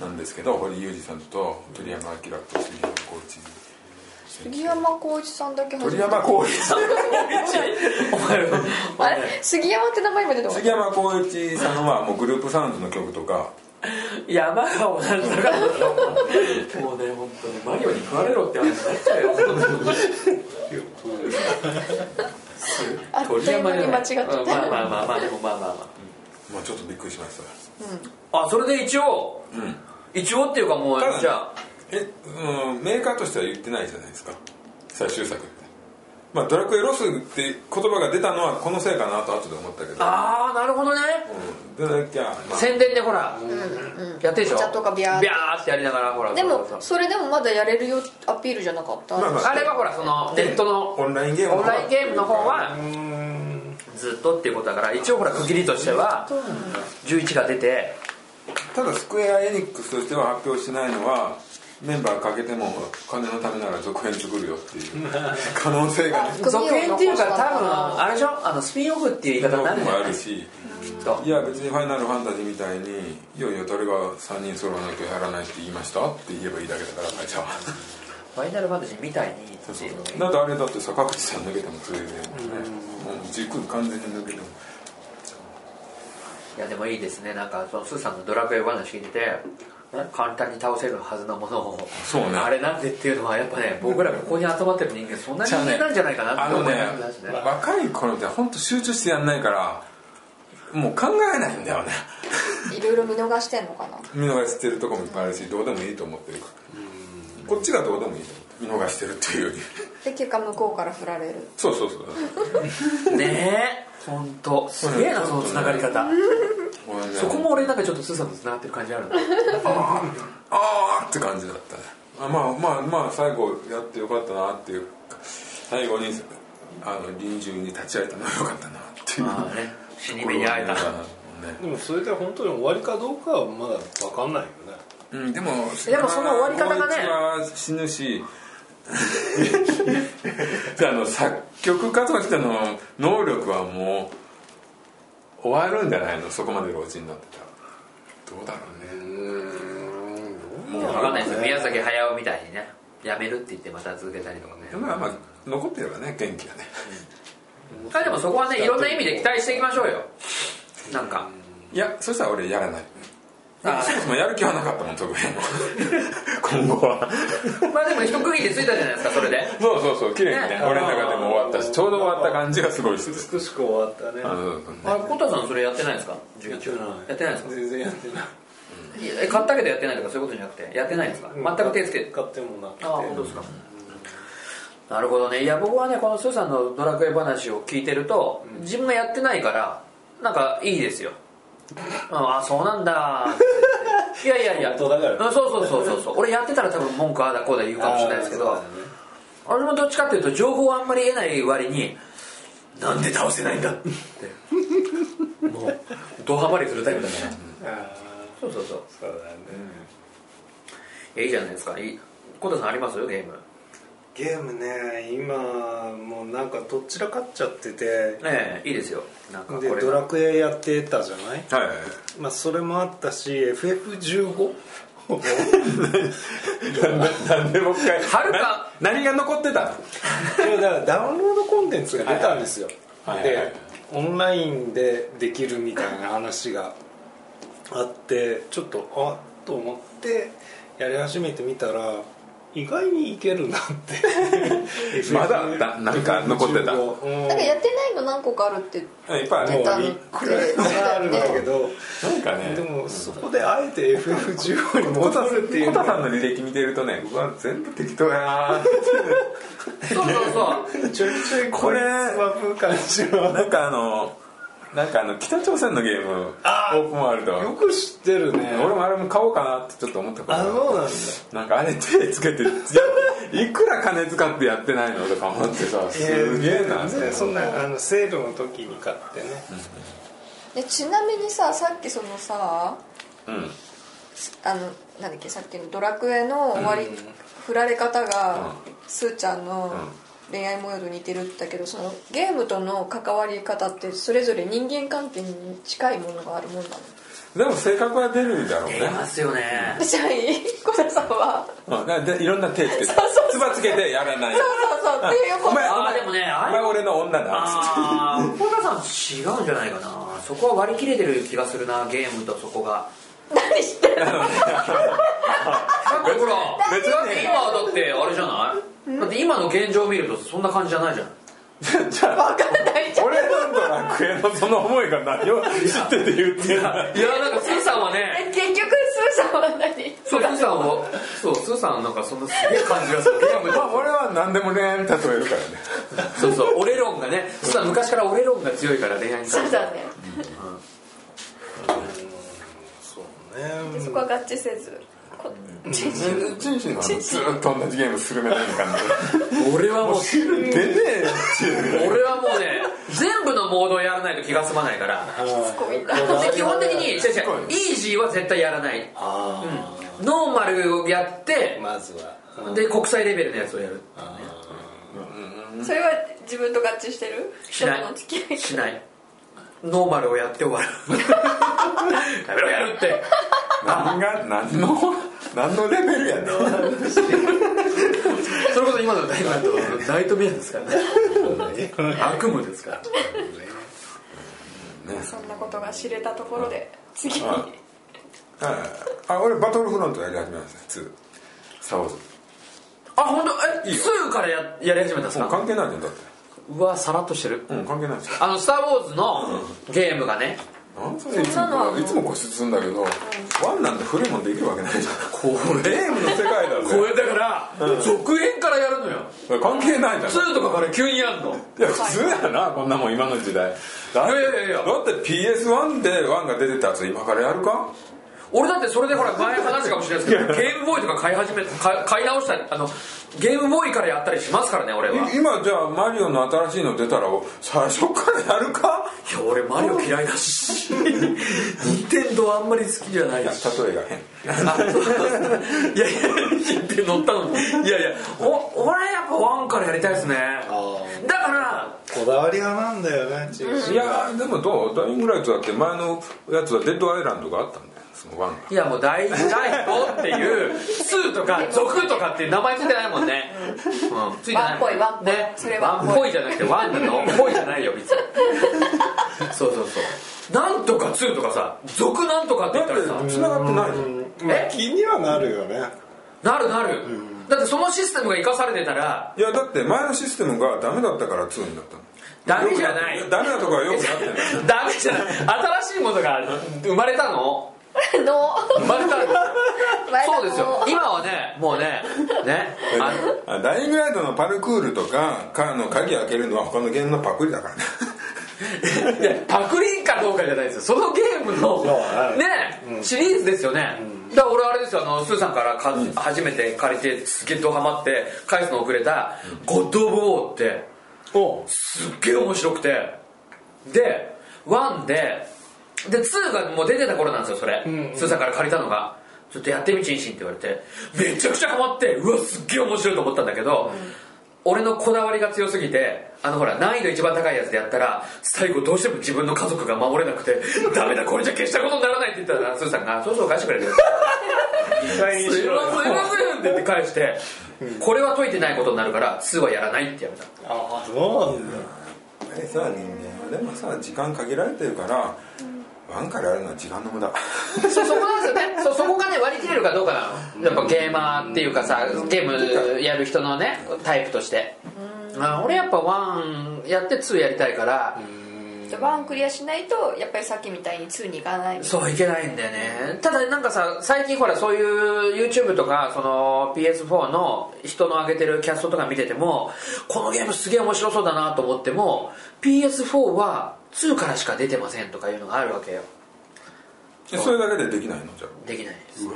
[SPEAKER 1] なんですけど、堀井雄二さんと鳥山明と杉山浩一
[SPEAKER 2] 杉山浩一さんだけ初
[SPEAKER 1] 鳥
[SPEAKER 2] めて
[SPEAKER 1] 山浩一さん
[SPEAKER 3] お前
[SPEAKER 2] あれ杉山って名前今出てます
[SPEAKER 1] 杉山浩一さんはもうグループサウンドの曲とか
[SPEAKER 3] 山が同じだからもうね本当にマリオに食われろって話になっちゃうよ
[SPEAKER 2] あっという間に間違って
[SPEAKER 3] ま
[SPEAKER 2] た
[SPEAKER 3] あまあまあまあでもまあまあま
[SPEAKER 1] まあちょっとびっくりしました
[SPEAKER 3] ああそれで一応
[SPEAKER 1] ん
[SPEAKER 3] 一応っていうかもう
[SPEAKER 1] ただね
[SPEAKER 3] じゃあ
[SPEAKER 1] え、うん、メーカーとしては言ってないじゃないですか最終作ってまあドラクエロスって言葉が出たのはこのせいかなと後で思ったけど
[SPEAKER 3] ああなるほどね
[SPEAKER 1] うんでなきゃまあ
[SPEAKER 3] 宣伝でほらやってるでしょ
[SPEAKER 2] お茶とかビャー
[SPEAKER 3] ビャーってやりながらほら
[SPEAKER 2] でも
[SPEAKER 3] そうそうそう
[SPEAKER 2] それでもまだやれるよアピールじゃなかった、
[SPEAKER 1] まあま
[SPEAKER 3] あれはほらそのネットの
[SPEAKER 1] オンラインゲーム
[SPEAKER 3] オンラインゲームの方は
[SPEAKER 4] うん
[SPEAKER 3] ずっとっていうことだから一応ほら区切りとしては11が出て
[SPEAKER 1] ただスクエア・エニックスとしては発表してないのはメンバーかけても金のためなら続編作るよっていう 可能性がね
[SPEAKER 2] 首を
[SPEAKER 3] 続編っていうか
[SPEAKER 2] 残した
[SPEAKER 3] 多
[SPEAKER 2] から
[SPEAKER 3] 分あれでしょあのスピンオフって いう言い方になるん
[SPEAKER 1] も
[SPEAKER 3] じゃない
[SPEAKER 1] あるし
[SPEAKER 3] きっと
[SPEAKER 1] いや別に「ファイナルファンタジー」みたいに「いよいよ誰が3人揃わなきゃやらないって言いました?」って言えばいいだけだから会 社は
[SPEAKER 3] ファイナルファンタジーみたいに
[SPEAKER 1] そうそう
[SPEAKER 3] っていう
[SPEAKER 1] だってあれだってさ各地さん抜けてもそれで、ね、もう軸完全に抜けても
[SPEAKER 3] いやでもいいですねなんかそのスーさんのドラクエ話聞いててね簡単に倒せるはずのものを
[SPEAKER 1] そうね
[SPEAKER 3] あれなんでっていうのはやっぱね僕らここに集まってる人間そんな人間なんじゃないかな
[SPEAKER 1] あ
[SPEAKER 3] って
[SPEAKER 1] の
[SPEAKER 3] 思い
[SPEAKER 1] ね
[SPEAKER 3] ますね
[SPEAKER 1] 若い頃って本当集中してやんないからもう考えないんだよね
[SPEAKER 2] いろいろ見逃してんのかな
[SPEAKER 1] 見逃してるとこもいっぱいあるしどうでもいいと思ってるからこっちがどうでもいいと思って見逃してるっていうより
[SPEAKER 2] で結果向こうから振られる
[SPEAKER 1] そうそうそう
[SPEAKER 3] ねえ本当すげえなそのつながり方
[SPEAKER 1] ごめんね
[SPEAKER 3] そこも俺なんかちょっとスーさんとつながってる感じあるんだ
[SPEAKER 1] あーって感じだったねあまあまあまあ最後やってよかったなっていうか最後にあの臨終に立ち会えたのはよかったなっていう
[SPEAKER 3] まあね死に目に会えた
[SPEAKER 1] ね
[SPEAKER 4] でもそれで本当に終わりかどうかはまだ分かんないよね
[SPEAKER 1] うん、でも
[SPEAKER 3] でもその終わり方がね
[SPEAKER 1] まあ光一は死ぬし あの作曲家としての能力はもう終わるんじゃないのそこまで老人になってたらどうだろうね
[SPEAKER 3] もう分かんないですよ宮崎駿みたいにねやめるって言ってまた続けたりとかね
[SPEAKER 1] でもまあまあ残ってればね元気だね
[SPEAKER 3] あでもそこはねいろんな意味で期待していきましょうよなんか
[SPEAKER 1] いやそしたら俺やらないそもそもやる気はなかったもん特に 今後は
[SPEAKER 3] まあでも一区切りついたじゃないですかそれで
[SPEAKER 1] そうそうそう綺麗にね
[SPEAKER 3] ね
[SPEAKER 1] 俺の中でも終わったしちょうど終わった感じがすごいしてる
[SPEAKER 4] 美しく終わったね
[SPEAKER 1] あのね
[SPEAKER 3] あれコタさんそれやってないんですかや
[SPEAKER 4] ってない
[SPEAKER 3] やってないんです
[SPEAKER 4] 全然やってない
[SPEAKER 3] かえ買ったけどやってないとかそういうことじゃなくてやってないんですか全く手つけて
[SPEAKER 4] 買ってもなくて
[SPEAKER 3] あ本当ですかなるほどねいや僕はねこのスーさんのドラクエ話を聞いてると自分がやってないからなんかいいですよああそうなん だいやいやいや
[SPEAKER 4] 本当だから
[SPEAKER 3] うんそうそうそうそうそう俺やってたら多分文句ああだこうだ言うかもしれないですけど俺もどっちかっていうと情報をあんまり得ない割になんで倒せないんだってもうドハマりするタイプだから
[SPEAKER 4] ああ
[SPEAKER 3] そうそうそう
[SPEAKER 4] そうだね
[SPEAKER 3] いやいいじゃないですかいいコトさんありますゲーム
[SPEAKER 4] ゲームね今もうなんかどちらかっちゃってて
[SPEAKER 3] ええいいですよなんかこれ
[SPEAKER 4] で
[SPEAKER 3] が
[SPEAKER 4] ドラクエやってたじゃない
[SPEAKER 1] はい
[SPEAKER 4] まあそれもあったし FF15
[SPEAKER 1] なんでもう一回
[SPEAKER 3] はるか
[SPEAKER 1] な何が残ってたの
[SPEAKER 4] いやだからダウンロードコンテンツが出たんですよ、
[SPEAKER 1] はいはいはいはい
[SPEAKER 4] でオンラインでできるみたいな話があってちょっとあっと思ってやり始めてみたら意外にいけるなっ て
[SPEAKER 1] まだあったなんか残ってた
[SPEAKER 4] うん
[SPEAKER 2] なんかやってないの何個かあるって
[SPEAKER 1] うんいっぱいある
[SPEAKER 2] 出た
[SPEAKER 4] も
[SPEAKER 2] の
[SPEAKER 4] ういくらでもあるんだけど、
[SPEAKER 1] なんかね
[SPEAKER 4] でもそこであえて FF15 に戻るってい
[SPEAKER 1] コ
[SPEAKER 4] うの
[SPEAKER 1] タ
[SPEAKER 4] は
[SPEAKER 1] さんの履歴見てるとねうわ全部適当やなー
[SPEAKER 3] そうそうそう
[SPEAKER 4] ちょいちょい
[SPEAKER 1] こ
[SPEAKER 4] こ
[SPEAKER 1] れ
[SPEAKER 4] れ和風感じの
[SPEAKER 1] なんかあのなんかあの北朝鮮のゲームオ
[SPEAKER 4] あー
[SPEAKER 1] ープンワールド
[SPEAKER 4] よく知ってるね
[SPEAKER 1] 俺もあれも買おうかなってちょっと思ったこと
[SPEAKER 4] あ
[SPEAKER 1] ある
[SPEAKER 4] そうなんだ
[SPEAKER 1] なんかあれ手つけてやいくら金使ってやって ないのとか思ってさすげえな
[SPEAKER 4] 全然そんなあのセールの時に買ってね、
[SPEAKER 2] でちなみにささっきそのさ
[SPEAKER 1] うん
[SPEAKER 2] あのなんだっけさっきの「ドラクエ」の終わり、振られ方が、すーちゃんの恋愛模様と似てるんだけどそのゲームとの関わり方ってそれぞれ人間関係に近いものがあるもんな
[SPEAKER 1] で
[SPEAKER 2] の
[SPEAKER 1] も性格は出るだろうね
[SPEAKER 3] 出ますよね
[SPEAKER 2] じゃあいい小田さんは
[SPEAKER 1] うんだからでいろんな手 つけて
[SPEAKER 2] そうそう
[SPEAKER 1] つばつけてやらない
[SPEAKER 2] そうそうそうっていうこ
[SPEAKER 1] お
[SPEAKER 2] と
[SPEAKER 1] 前
[SPEAKER 3] ああでもねあ
[SPEAKER 1] お
[SPEAKER 3] れ
[SPEAKER 1] 前俺の女だ
[SPEAKER 3] あー小田さん違うんじゃないかなそこは割り切れてる気がするなゲームとそこが
[SPEAKER 2] 何知ってるの
[SPEAKER 3] だってほら
[SPEAKER 1] 別に
[SPEAKER 3] だって今はだってあれじゃないだって今の現状を見るとそんな感じじゃないじゃ ん
[SPEAKER 1] じゃあ
[SPEAKER 2] 分かんないじゃん
[SPEAKER 1] 俺のドラクエのその思いが何を知ってて言ってんだ
[SPEAKER 3] いやなんかスーさんは
[SPEAKER 2] え
[SPEAKER 3] ね
[SPEAKER 2] 結局スーさんは何
[SPEAKER 3] そうスーさんはそうスーさんはなんかそんなすげえ感じがするゲーム
[SPEAKER 1] まあ俺は何でも恋愛に例えるからね
[SPEAKER 3] そうそう俺論がねスーさん昔から俺論が強いから恋愛に
[SPEAKER 2] そうだね
[SPEAKER 4] そうね
[SPEAKER 2] そこは合致せずこち
[SPEAKER 1] チンシンのあのずっと同じゲーム進めない感
[SPEAKER 3] 俺はもう
[SPEAKER 1] じ 出ねえよチーム
[SPEAKER 3] 俺はもうね全部のモードをやらないと気が済まないから
[SPEAKER 4] ツ
[SPEAKER 2] コミだ
[SPEAKER 3] で基本的に違う違うイージーは絶対やらない
[SPEAKER 4] あ
[SPEAKER 3] ノーマルをやって
[SPEAKER 4] あまずは
[SPEAKER 3] で国際レベルのやつをやる
[SPEAKER 2] それは自分と合致してる
[SPEAKER 3] しない
[SPEAKER 2] 人との付き合い
[SPEAKER 3] しないノーマルをやって終 わるやめろやるって
[SPEAKER 1] 何が何の何のレベルやねん
[SPEAKER 3] それこそ今の大イトナイトメアですからね悪夢ですから
[SPEAKER 2] そんなことが知れたところで次に
[SPEAKER 1] はいあ俺バトルフロントやり始めました2サオズ
[SPEAKER 3] あ本当えい2からややり始めたんです
[SPEAKER 1] もう
[SPEAKER 3] か
[SPEAKER 1] 関係ないじゃんだって
[SPEAKER 3] うわさらっとしてる
[SPEAKER 1] うん関係ないじゃん
[SPEAKER 3] あの「スター・ウォーズ」のゲームがね
[SPEAKER 1] なんそれいつ
[SPEAKER 2] そんなのは
[SPEAKER 1] もいつも固執するんだけど、ワンなんて古いもんできるわけないじゃんこれゲームの世界だ
[SPEAKER 3] こ
[SPEAKER 1] ぜ
[SPEAKER 3] れだから続編からやるのよ
[SPEAKER 1] 関係ないじゃん
[SPEAKER 3] 2とかから急にやるの
[SPEAKER 1] いや普通やなこんなもん今の時代だっ
[SPEAKER 3] い
[SPEAKER 1] て
[SPEAKER 3] やいやいや
[SPEAKER 1] だって PS1 で1が出てたやつ今からやるか
[SPEAKER 3] 俺だってそれでほら前話したかもしれないですけどゲームボーイとか買い始め買買い直したりあのゲームボーイからやったりしますからね俺はい
[SPEAKER 1] い今じゃあマリオの新しいの出たら最初からやるか
[SPEAKER 3] や俺マリオ嫌いだし任天堂あんまり好きじゃない
[SPEAKER 1] いや
[SPEAKER 3] し
[SPEAKER 1] 例えが変
[SPEAKER 3] あそういやいやって乗ったのにいやいやお俺やっぱワンからやりたいですね
[SPEAKER 4] ー
[SPEAKER 3] だから
[SPEAKER 4] こだわりがなんだよねチー
[SPEAKER 1] いやでもどうダイイングライトだって前のやつはデッドアイランドがあったんだよその1が
[SPEAKER 3] いやもう大事ないとっていう「スー」とか「族」とかっていう名前ついてないもんね、うん、ついてな
[SPEAKER 2] ワンっ
[SPEAKER 3] いもんね
[SPEAKER 2] ぽいワンっぽい
[SPEAKER 3] ね
[SPEAKER 2] それ
[SPEAKER 3] ワ
[SPEAKER 2] ワ
[SPEAKER 3] ン
[SPEAKER 2] ン
[SPEAKER 3] っ
[SPEAKER 2] っぽい
[SPEAKER 3] ぽいじゃなくてワンなのぽいじゃないよ別にそうそうそうなんとか「ツー」とかさ「族なんとか」って言ったらさ
[SPEAKER 1] だって繋がってないじゃん
[SPEAKER 4] え気にはなるよね
[SPEAKER 3] なるなる、だってそのシステムが生かされてたら
[SPEAKER 1] いやだって前のシステムがダメだったから2になったの
[SPEAKER 3] ダメじゃない
[SPEAKER 1] ダメなとこはよくな ってない
[SPEAKER 3] ダメじゃない新しいものが生まれたの
[SPEAKER 2] の
[SPEAKER 3] 生まれ たの
[SPEAKER 2] 前田
[SPEAKER 3] そ
[SPEAKER 2] の
[SPEAKER 3] うですよ今はねもうねねあの
[SPEAKER 1] あダイイングライトのパルクールとかかの鍵開けるのは他のゲームのパクリだからね
[SPEAKER 3] いや パクリかどうかじゃないですよそのゲームの
[SPEAKER 4] はい
[SPEAKER 3] ね、シリーズですよね、だから俺あれですよあのスーさんからか、初めて借りてすげえドハマって返すの遅れた「ゴッド・オブ・ウォー」って
[SPEAKER 4] お
[SPEAKER 3] すっげえ面白くてで1でで2がもう出てた頃なんですよそれ、スーさんから借りたのが「ちょっとやってみチンシン」って言われてめちゃくちゃハマってうわすっげえ面白いと思ったんだけど、俺のこだわりが強すぎてあのほら難易度一番高いやつでやったら最後どうしても自分の家族が守れなくて 「ダメだこれじゃ消したことにならない」って言ったらスーさんが「そうそう返してくれ」って
[SPEAKER 4] 意 外
[SPEAKER 3] 「すいませんすいません」って言って返して「これは解いてないことになるから2はやらない」ってやめた
[SPEAKER 4] ああそうなんだ
[SPEAKER 1] あれさ人間はでもさ時間限られてるから、ワンからやるのは時間の無駄
[SPEAKER 3] そうそこなんですよねそうそこがね割り切れるかどうかなのやっぱゲーマーっていうかさゲームやる人のねタイプとしてあ俺やっぱワンやってツーやりたいから
[SPEAKER 2] ワンクリアしないとやっぱりさっきみたいに2に行かない
[SPEAKER 3] そういけないんだよねただなんかさ最近ほらそういう YouTube とかその PS4 の人の上げてるキャストとか見ててもこのゲームすげえ面白そうだなと思っても PS4 は2からしか出てませんとかいうのがあるわけよ
[SPEAKER 1] えそれだけでできないのじゃ
[SPEAKER 3] できないです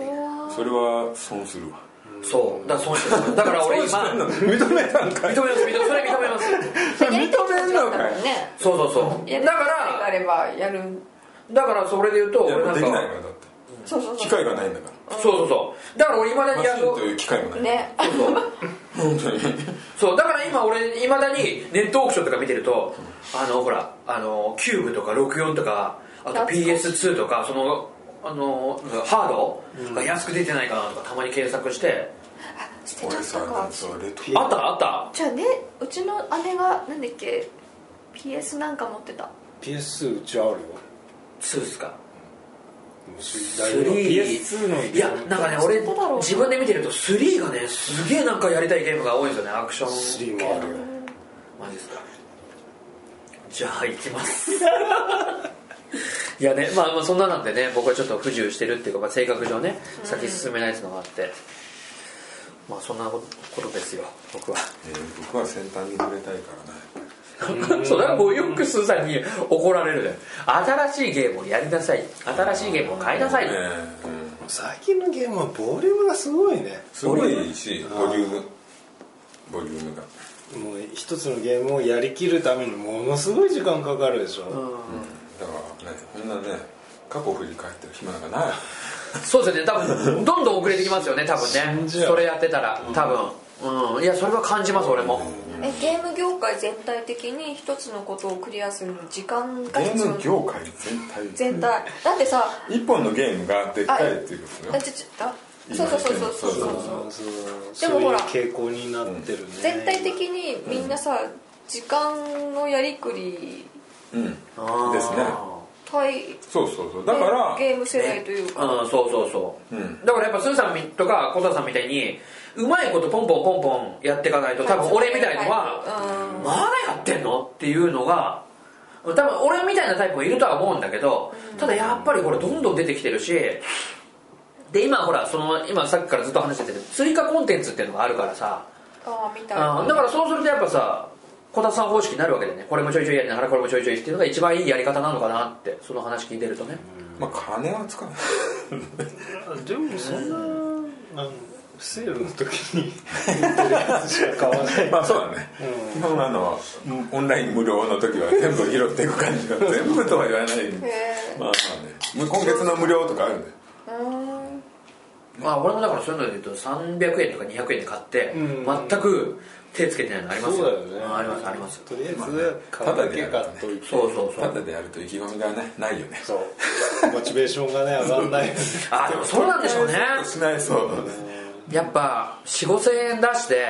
[SPEAKER 1] あそれは損するわ
[SPEAKER 3] そうだからそうしてるだから俺今認めます
[SPEAKER 1] 認めたんかい
[SPEAKER 3] 認めそれ認めます
[SPEAKER 2] 認め
[SPEAKER 1] 認めんのかい
[SPEAKER 2] ね
[SPEAKER 3] そうそうそう
[SPEAKER 2] や
[SPEAKER 3] だ
[SPEAKER 2] り
[SPEAKER 3] か
[SPEAKER 2] たいがあ
[SPEAKER 3] ら
[SPEAKER 2] ればやる
[SPEAKER 3] だからそれで言うと
[SPEAKER 1] いや
[SPEAKER 3] 俺
[SPEAKER 1] も
[SPEAKER 3] な
[SPEAKER 1] うんでき
[SPEAKER 3] か
[SPEAKER 1] ない
[SPEAKER 3] は
[SPEAKER 1] からだって
[SPEAKER 2] そうそう
[SPEAKER 1] 機
[SPEAKER 2] そう
[SPEAKER 1] 会がないんだか
[SPEAKER 3] そうそうそうだから俺いまだ
[SPEAKER 1] らマ
[SPEAKER 3] に
[SPEAKER 1] シ
[SPEAKER 3] やる
[SPEAKER 1] ンという機会もない、
[SPEAKER 2] ね
[SPEAKER 1] 本当に
[SPEAKER 3] そうだから今俺いまだにネットオークションとか見てるとあのほらあのキューブとか64とかあと PS2 とかそのあのハードが安く出てないかなとかたまに検索して、
[SPEAKER 2] 捨てちゃ
[SPEAKER 1] 俺
[SPEAKER 2] った
[SPEAKER 1] さな
[SPEAKER 2] か
[SPEAKER 1] んかレトロ
[SPEAKER 3] あったあった
[SPEAKER 2] じゃあねうちの姉がなんだっけ PS なんか持ってた
[SPEAKER 4] PS2 うちはあるよ
[SPEAKER 3] 2っすか
[SPEAKER 4] もうだいぶ PS2 の
[SPEAKER 3] 3いやなんかね俺自分で見てると3がねすげえなんかやりたいゲームが多いんですよねアクション
[SPEAKER 4] 3もあるよ
[SPEAKER 3] マジですかじゃあ行きますいやねまあまあそんななんでね僕はちょっと不自由してるっていうか、まあ、性格上ね先進めないっていうのがあって、まあそんなことですよ僕は
[SPEAKER 1] えー僕は先端に触れたいからね
[SPEAKER 3] それはもうよくスーさんに怒られるね新しいゲームをやりなさい新しいゲームを買いなさい、
[SPEAKER 1] ええうん
[SPEAKER 4] 最近のゲームはボリュームがすごいね
[SPEAKER 1] すごいしボリュームボリュームが
[SPEAKER 4] もう一つのゲームをやりきるためにものすごい時間かかるでしょ、
[SPEAKER 1] だからねこんなね過去振り返ってる暇なんかない
[SPEAKER 3] そうですね多分どんどん遅れてきますよね多分
[SPEAKER 4] 信
[SPEAKER 3] ね
[SPEAKER 4] じよう
[SPEAKER 3] それやってたら多分うんいやそれは感じます俺も
[SPEAKER 2] えゲーム業界全体的に一つのことをクリアするのに時間が
[SPEAKER 1] ゲ
[SPEAKER 2] 必要
[SPEAKER 1] ーム業界全体
[SPEAKER 2] 全体だってさ
[SPEAKER 1] 一本のゲームがでっかいっていうこと
[SPEAKER 2] あ
[SPEAKER 1] ね
[SPEAKER 2] ちょちょあそうそうそうそ
[SPEAKER 1] 今言っ
[SPEAKER 2] うそう
[SPEAKER 1] てる
[SPEAKER 2] そう
[SPEAKER 4] そうそ
[SPEAKER 2] で
[SPEAKER 4] う
[SPEAKER 2] もほら
[SPEAKER 4] そういう傾向になってるね、
[SPEAKER 2] 全体的にみんなさ時間のやりくり
[SPEAKER 1] うんですね
[SPEAKER 2] 対
[SPEAKER 1] そうそうそうだから
[SPEAKER 2] ゲーム世代というか、
[SPEAKER 3] うん、そうそうそう、
[SPEAKER 1] うん
[SPEAKER 3] だからやっぱスーさんとか小田さんみたいにうまいことポンポンポンポンやっていかないと多分俺みたいのは、
[SPEAKER 2] は
[SPEAKER 3] まだやってんのっていうのが多分俺みたいなタイプもいるとは思うんだけど、ただやっぱりこれどんどん出てきてるしで今ほらその今さっきからずっと話してて追加コンテンツっていうのがあるからさ、
[SPEAKER 2] うん、ああみたい
[SPEAKER 3] あ
[SPEAKER 2] な
[SPEAKER 3] ーだからそうするとやっぱさ小田さん方式になるわけでねこれもちょいちょいやりながらこれもちょいちょいっていうのが一番いいやり方なのかなってその話聞いてるとね、
[SPEAKER 1] まあ金は使わない
[SPEAKER 4] でもそんな、あのセールの時 に売ってるやつしか買わな い
[SPEAKER 1] まあそうだね、基本あのオンライン無料の時は全部拾っていく感じ が全部とは言わない
[SPEAKER 2] へ
[SPEAKER 1] まあまあねむ今月の無料とかあるね
[SPEAKER 2] えうん
[SPEAKER 3] まあ、俺もだからそういうので言うと300円とか200円で買って、
[SPEAKER 4] うん
[SPEAKER 3] 全く手つけてないのあります
[SPEAKER 4] そうだよね
[SPEAKER 3] ありますあります
[SPEAKER 4] とりあえず買うだけ買っといて
[SPEAKER 3] そうそうそ
[SPEAKER 1] ただ
[SPEAKER 3] う
[SPEAKER 1] でやると意気込みがねないよね
[SPEAKER 4] そうモチベーションがね上がんないよね
[SPEAKER 3] あでもそうなんでしょうね
[SPEAKER 1] しないそうだね
[SPEAKER 3] やっぱ4 5千円出して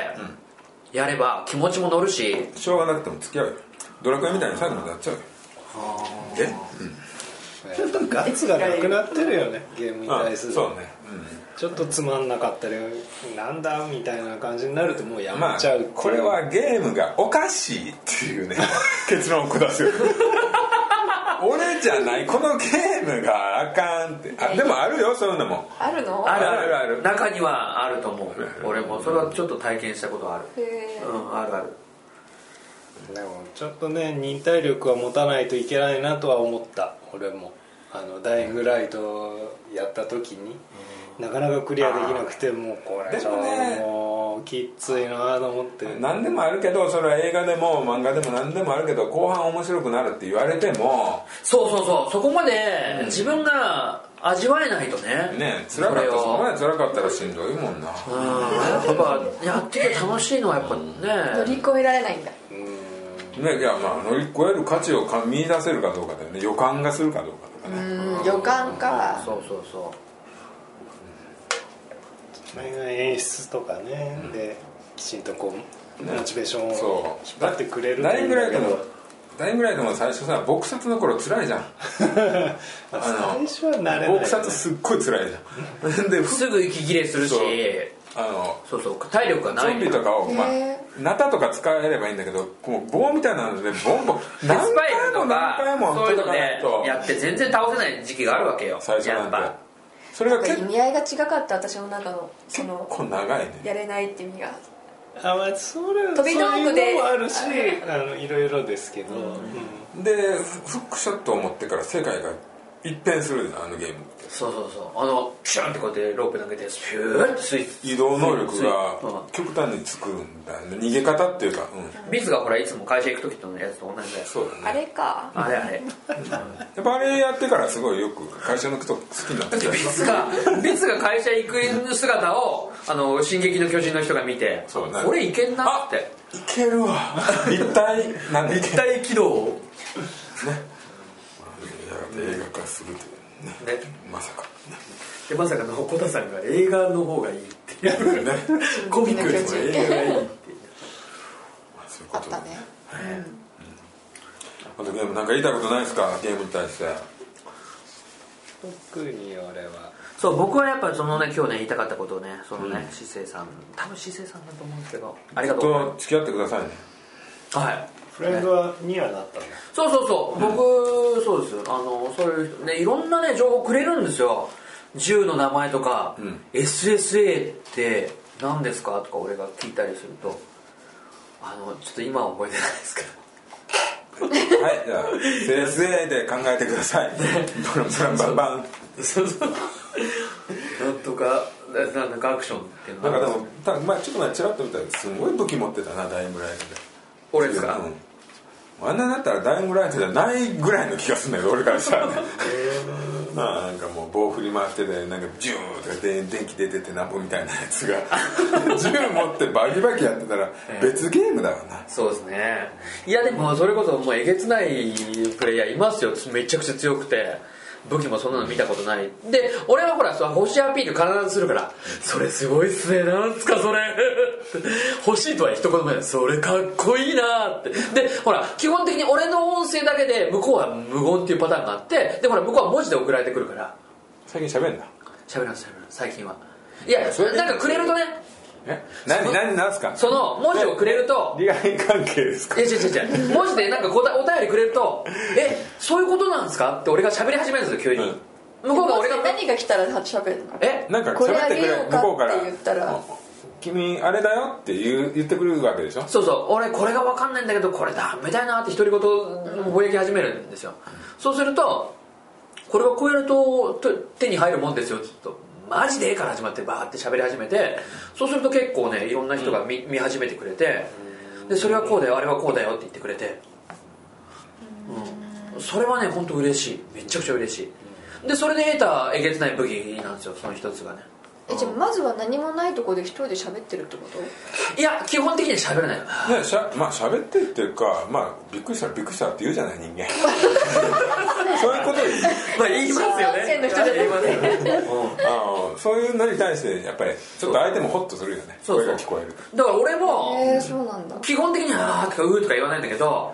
[SPEAKER 3] やれば気持ちも乗るし
[SPEAKER 1] しょうがなくても付き合うよドラクエみたいに最後までやっちゃうよえ
[SPEAKER 4] やっぱガッツがなくなってるよねゲームに
[SPEAKER 1] あ
[SPEAKER 4] 対する
[SPEAKER 1] そうね、
[SPEAKER 4] ちょっとつまんなかったりなんだみたいな感じになるともうや
[SPEAKER 1] うん、ま
[SPEAKER 4] め
[SPEAKER 1] あ
[SPEAKER 4] ちゃうっていう
[SPEAKER 1] これはゲームがおかしいっていう ね結論を下すよ 俺じゃないこのゲームがあかんってあでもあるよそういうのも
[SPEAKER 2] あるの
[SPEAKER 3] ある
[SPEAKER 1] あ
[SPEAKER 3] あ
[SPEAKER 1] る
[SPEAKER 3] る
[SPEAKER 1] あ
[SPEAKER 3] あ
[SPEAKER 1] る
[SPEAKER 3] る中にはあると思う俺もそれはちょっと体験したことある
[SPEAKER 2] へえ
[SPEAKER 3] うんあるある
[SPEAKER 4] でもちょっとね忍耐力は持たないといけないなとは思った俺もあのダイイングライトやった時に、なかなかクリアできなくてもうこれちょっと
[SPEAKER 1] でもね
[SPEAKER 4] もうきついなと思って
[SPEAKER 1] 何でもあるけどそれは映画でも漫画でも何でもあるけど後半面白くなるって言われても
[SPEAKER 3] そうそうそうそこまで自分が味わえないとね
[SPEAKER 1] ね辛かった
[SPEAKER 3] これを
[SPEAKER 1] そこまで辛かったらしんどいもんな
[SPEAKER 3] うんやっぱやってて楽しいのはやっぱ
[SPEAKER 2] 乗
[SPEAKER 3] ね
[SPEAKER 2] り越えられないんだ
[SPEAKER 1] ねいやまあ乗り越える価値をか見出せるかどうかだよね予感がするかどうかとかね
[SPEAKER 2] うん予感か
[SPEAKER 3] そうそうそう
[SPEAKER 4] それが演出とかね、できちんとこうモチベーションを
[SPEAKER 1] そ
[SPEAKER 4] 引っ
[SPEAKER 1] う
[SPEAKER 4] 張ってくれる
[SPEAKER 1] ダイイングライト
[SPEAKER 4] とい
[SPEAKER 1] も
[SPEAKER 4] う
[SPEAKER 1] ダイイングライトも最初さ撲殺の頃辛いじゃんあの
[SPEAKER 4] まあ最初は慣れないよ
[SPEAKER 1] 撲
[SPEAKER 4] ね
[SPEAKER 1] 殺すっごい辛いじゃん でふ
[SPEAKER 3] すぐ息切れするし
[SPEAKER 1] そうあの
[SPEAKER 3] そうそう体力がな
[SPEAKER 1] ゾ
[SPEAKER 3] い
[SPEAKER 1] ンビとかを、まあ
[SPEAKER 2] へ、
[SPEAKER 1] ナタとか使えればいいんだけどこう棒みたいなのでボンボン
[SPEAKER 3] で
[SPEAKER 1] 何
[SPEAKER 3] スパイ
[SPEAKER 1] 回
[SPEAKER 3] ク
[SPEAKER 1] も
[SPEAKER 3] と
[SPEAKER 1] 何回
[SPEAKER 3] か
[SPEAKER 1] も
[SPEAKER 3] そういう
[SPEAKER 1] 叩
[SPEAKER 3] の
[SPEAKER 1] かない
[SPEAKER 3] で
[SPEAKER 1] と
[SPEAKER 3] やって全然倒せない時期があるわけよ
[SPEAKER 1] 最初な
[SPEAKER 3] や
[SPEAKER 1] ん
[SPEAKER 3] ってぱ
[SPEAKER 1] それが
[SPEAKER 2] 意
[SPEAKER 1] 結
[SPEAKER 2] 味合いが違かった私の中のその
[SPEAKER 1] 構長いね
[SPEAKER 2] やれないって意味が
[SPEAKER 4] あ、まあ、それは
[SPEAKER 2] 飛び道具
[SPEAKER 4] そうい
[SPEAKER 2] で
[SPEAKER 4] うのもあるしあのいろいろですけど、うん
[SPEAKER 1] でフックショットを持ってから世界が一変するじゃんあのゲームって
[SPEAKER 3] そうそうそうあのピシュンってこうやってロープ投げてスピューってスイッチ
[SPEAKER 1] 移動能力
[SPEAKER 3] そう
[SPEAKER 1] が
[SPEAKER 3] そ
[SPEAKER 1] 極端につくんだよね逃げ方っていうか、うん、
[SPEAKER 3] ビズがほらいつも会社行く時のやつと同じだよ
[SPEAKER 1] そうだね
[SPEAKER 2] あれか
[SPEAKER 3] あれあれ
[SPEAKER 1] やっぱあれやってからすごいよく会社の人好きになってきた
[SPEAKER 3] ビズがビズが会社行く姿を「あの進撃の巨人」の人が見て
[SPEAKER 1] そうね
[SPEAKER 3] これいけんなって
[SPEAKER 1] いける わ立体なんだっけ
[SPEAKER 3] 立体軌道
[SPEAKER 1] いや映画化するというね
[SPEAKER 3] ね
[SPEAKER 1] まさか
[SPEAKER 3] でまさかの小田さんが映画の方がいいっていう
[SPEAKER 1] ね
[SPEAKER 3] コミックよりも映画がいいっていう
[SPEAKER 1] まあそういう
[SPEAKER 2] あ
[SPEAKER 1] こ
[SPEAKER 2] っ
[SPEAKER 1] と
[SPEAKER 2] たね
[SPEAKER 1] あとゲームなんか言いたいことないですかゲームに対して
[SPEAKER 4] 特に俺は
[SPEAKER 3] そう僕はやっぱりそのね今日ね言いたかったことをねそのね姿勢さん多分姿勢さんだと思うんですけどありがとうござい
[SPEAKER 1] と付き合ってくださいね
[SPEAKER 3] ますはい
[SPEAKER 4] フレンドはにはなったの
[SPEAKER 3] そうそうそう僕そうですよあのそういう人ねいろんなね情報くれるんですよ銃の名前とか、
[SPEAKER 1] ん
[SPEAKER 3] SSA って何ですかとか俺が聞いたりするとあのちょっと今は覚えてないですけど
[SPEAKER 1] はいじゃあ CSA で考えてください バンバンバンバン
[SPEAKER 3] そ うそうなんとかななんかアクションっていうの
[SPEAKER 1] なん
[SPEAKER 3] は
[SPEAKER 1] かでもただまあちょっと前チラッと見たらすごい武器持ってたなダイムライトで
[SPEAKER 3] 俺ですか、
[SPEAKER 1] うん、あんなになったらダイムライトじゃないぐらいの気がするんだけど俺からしたらねまあなんかもう棒振り回しててなんかジューンとかで電気出ててなんぼみたいなやつが銃持ってバキバキやってたら別ゲームだよな
[SPEAKER 3] そうですねいやでもそれこそもうえげつないプレイヤーいますよめちゃくちゃ強くて武器もそんなの見たことないで俺はほらそう星アピール必ずするから「それすごいっすねなんすかそれ」 欲しいとは一言目で「それかっこいいな」ってでほら基本的に俺の音声だけで向こうは無言っていうパターンがあってでほら向こうは文字で送られてくるから
[SPEAKER 1] 最近喋んな
[SPEAKER 3] 喋らんす喋らん最近はいやなんかくれるとね
[SPEAKER 1] え何何なんすか
[SPEAKER 3] その文字をくれると
[SPEAKER 1] 利害関係ですか
[SPEAKER 3] いや違う違う違う文字でなんかこたお便りくれると「えそういうことなんですか?」って俺が喋り始めるんですよ急に、向こうが俺が
[SPEAKER 2] 何が来たら喋るの
[SPEAKER 3] え
[SPEAKER 1] なんか
[SPEAKER 2] これ
[SPEAKER 1] 喋っ
[SPEAKER 2] あ
[SPEAKER 1] て
[SPEAKER 2] げ
[SPEAKER 1] くれ
[SPEAKER 2] よう
[SPEAKER 1] 向
[SPEAKER 2] か
[SPEAKER 1] こうから
[SPEAKER 2] って言ったら
[SPEAKER 1] 「君あれだよ」って言う言ってくるわけでしょ
[SPEAKER 3] そうそう俺これが分かんないんだけどこれダメだよなって独り言をぼやき始めるんですよ、そうするとこれはこうやるとと手に入るもんですよちょっとマジでから始まってバーって喋り始めてそうすると結構ねいろんな人が見,、見始めてくれてでそれはこうだよあれはこうだよって言ってくれて、うん、それはね本当嬉しいめちゃくちゃ嬉しいでそれで得たえげつない武器なんですよその一つがね
[SPEAKER 2] えじゃあまずは何もないとこで一人で喋ってるってこと
[SPEAKER 3] いや基本的には喋 らない
[SPEAKER 1] ねしゃまあ喋ってっていうかまあびっくりしたらびっくりしたって言うじゃない人間そういうこと言う
[SPEAKER 3] まあ言いますよね
[SPEAKER 2] 小学生の人じゃなくて
[SPEAKER 3] 言いますよね
[SPEAKER 1] あのそういうのに対してやっぱりちょっと相手もホッとするよね
[SPEAKER 3] そうそう
[SPEAKER 1] 声が聞こえる
[SPEAKER 3] だから俺
[SPEAKER 2] え
[SPEAKER 3] も
[SPEAKER 2] ー、そうなんだ
[SPEAKER 3] 基本的には「あー」とか「うー」とか言わないんだけど、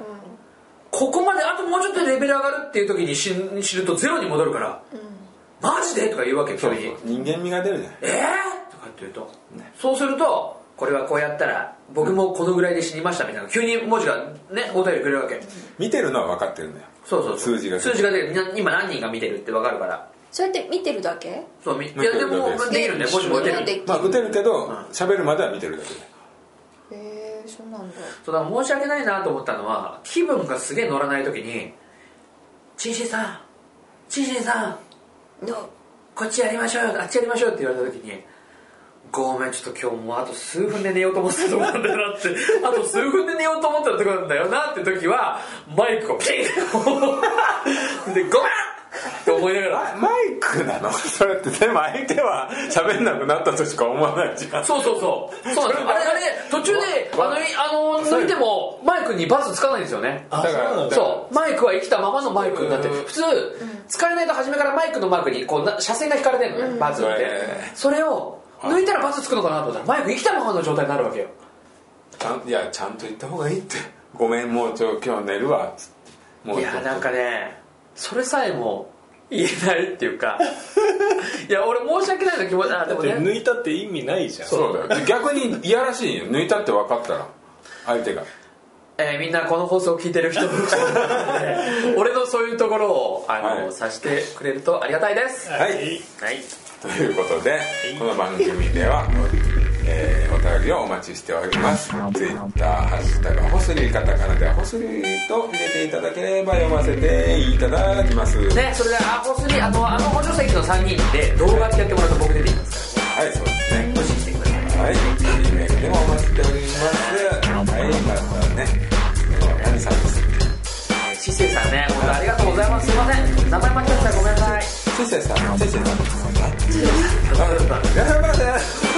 [SPEAKER 3] ここまであともうちょっとレベル上がるっていう時に死ぬ死ぬとゼロに戻るから「マジで?」とか言うわけ急に
[SPEAKER 1] 人間味が出るじゃん
[SPEAKER 3] えー?」とかって言うと、そうするとこれはこうやったら僕もこのぐらいで死にましたみたいな急に文字がねお便りくれるわけ
[SPEAKER 1] 見てるのは分かってるんだよ
[SPEAKER 3] そうそうそう
[SPEAKER 1] 数字が
[SPEAKER 3] 数字が出るな今何人が見てるって分かるから
[SPEAKER 2] それって見てるだけ
[SPEAKER 3] そうみい
[SPEAKER 1] 見て
[SPEAKER 3] や
[SPEAKER 1] る
[SPEAKER 3] でも
[SPEAKER 1] だけ
[SPEAKER 3] できるんだよもしも打てる
[SPEAKER 2] で
[SPEAKER 1] まあ打てるけど喋るまでは見てるだけで
[SPEAKER 2] えー、そうなんだ
[SPEAKER 3] そうだから申し訳ないなと思ったのは気分がすげえ乗らない時に「チンシンさんチンシンさん
[SPEAKER 2] の
[SPEAKER 3] こっちやりましょうよあっちやりましょう」って言われた時に「ごめんちょっと今日もうあと数分で寝ようと思ってたとこなんだよな」って「あと数分で寝ようと思ってたとこなんだよな」って時はマイクをピンで「ごめん!」って思いながら
[SPEAKER 1] あマイクなの それってでも相手は 喋んなくなったとしか思わないじゃん
[SPEAKER 3] そうそうそうそうなんですよあれあれ途中であのあの抜いてもマイクにバツつかないんですよね
[SPEAKER 4] あ
[SPEAKER 1] だから
[SPEAKER 4] そうなんだ
[SPEAKER 3] そうマイクは生きたままのマイクになってる普通使えないと初めからマイクのマークにこうな車線が引かれてるのねバツって
[SPEAKER 1] え
[SPEAKER 3] それを抜いたらバツつくのかなと思ったらマイク生きたままの状態になるわけよ
[SPEAKER 1] ちゃんいやちゃんと言った方がいいってごめんもうちょ今日寝るわつってもう
[SPEAKER 3] い
[SPEAKER 1] ちょっ
[SPEAKER 3] や
[SPEAKER 1] と
[SPEAKER 3] なんかねそれさえも言えないっていうか いや俺申し訳ないの気持ちあで
[SPEAKER 4] だっ
[SPEAKER 3] も
[SPEAKER 4] て
[SPEAKER 3] ね
[SPEAKER 4] 抜いたって意味ないじゃん
[SPEAKER 1] そうだよで逆にいやらしいよ抜いたって分かったら相手が
[SPEAKER 3] えーみんなこの放送を聞いてる人俺のそういうところをあの、
[SPEAKER 1] はい
[SPEAKER 3] 察してくれるとありがたいです
[SPEAKER 1] はい
[SPEAKER 3] はい
[SPEAKER 1] ということでこの番組では、えーお便りをお待ちしておりますツイッターハッシュタグホスリーカタカナでホスリーと入れていただければ読ませていただきますはい
[SPEAKER 3] ね、それでアホスにあのあの補助席の3人で動画ってやってもらうと僕出てきますか
[SPEAKER 1] そうですね
[SPEAKER 3] らご指示してください
[SPEAKER 1] はいリメイクでもお待ちしておりますはいまたね何さんです
[SPEAKER 3] えーシセさんね本当ありがとうございますすいません名前間違ってたらごめんなさい
[SPEAKER 1] せいせいさんせいせいさんせいせいさんあ頑張って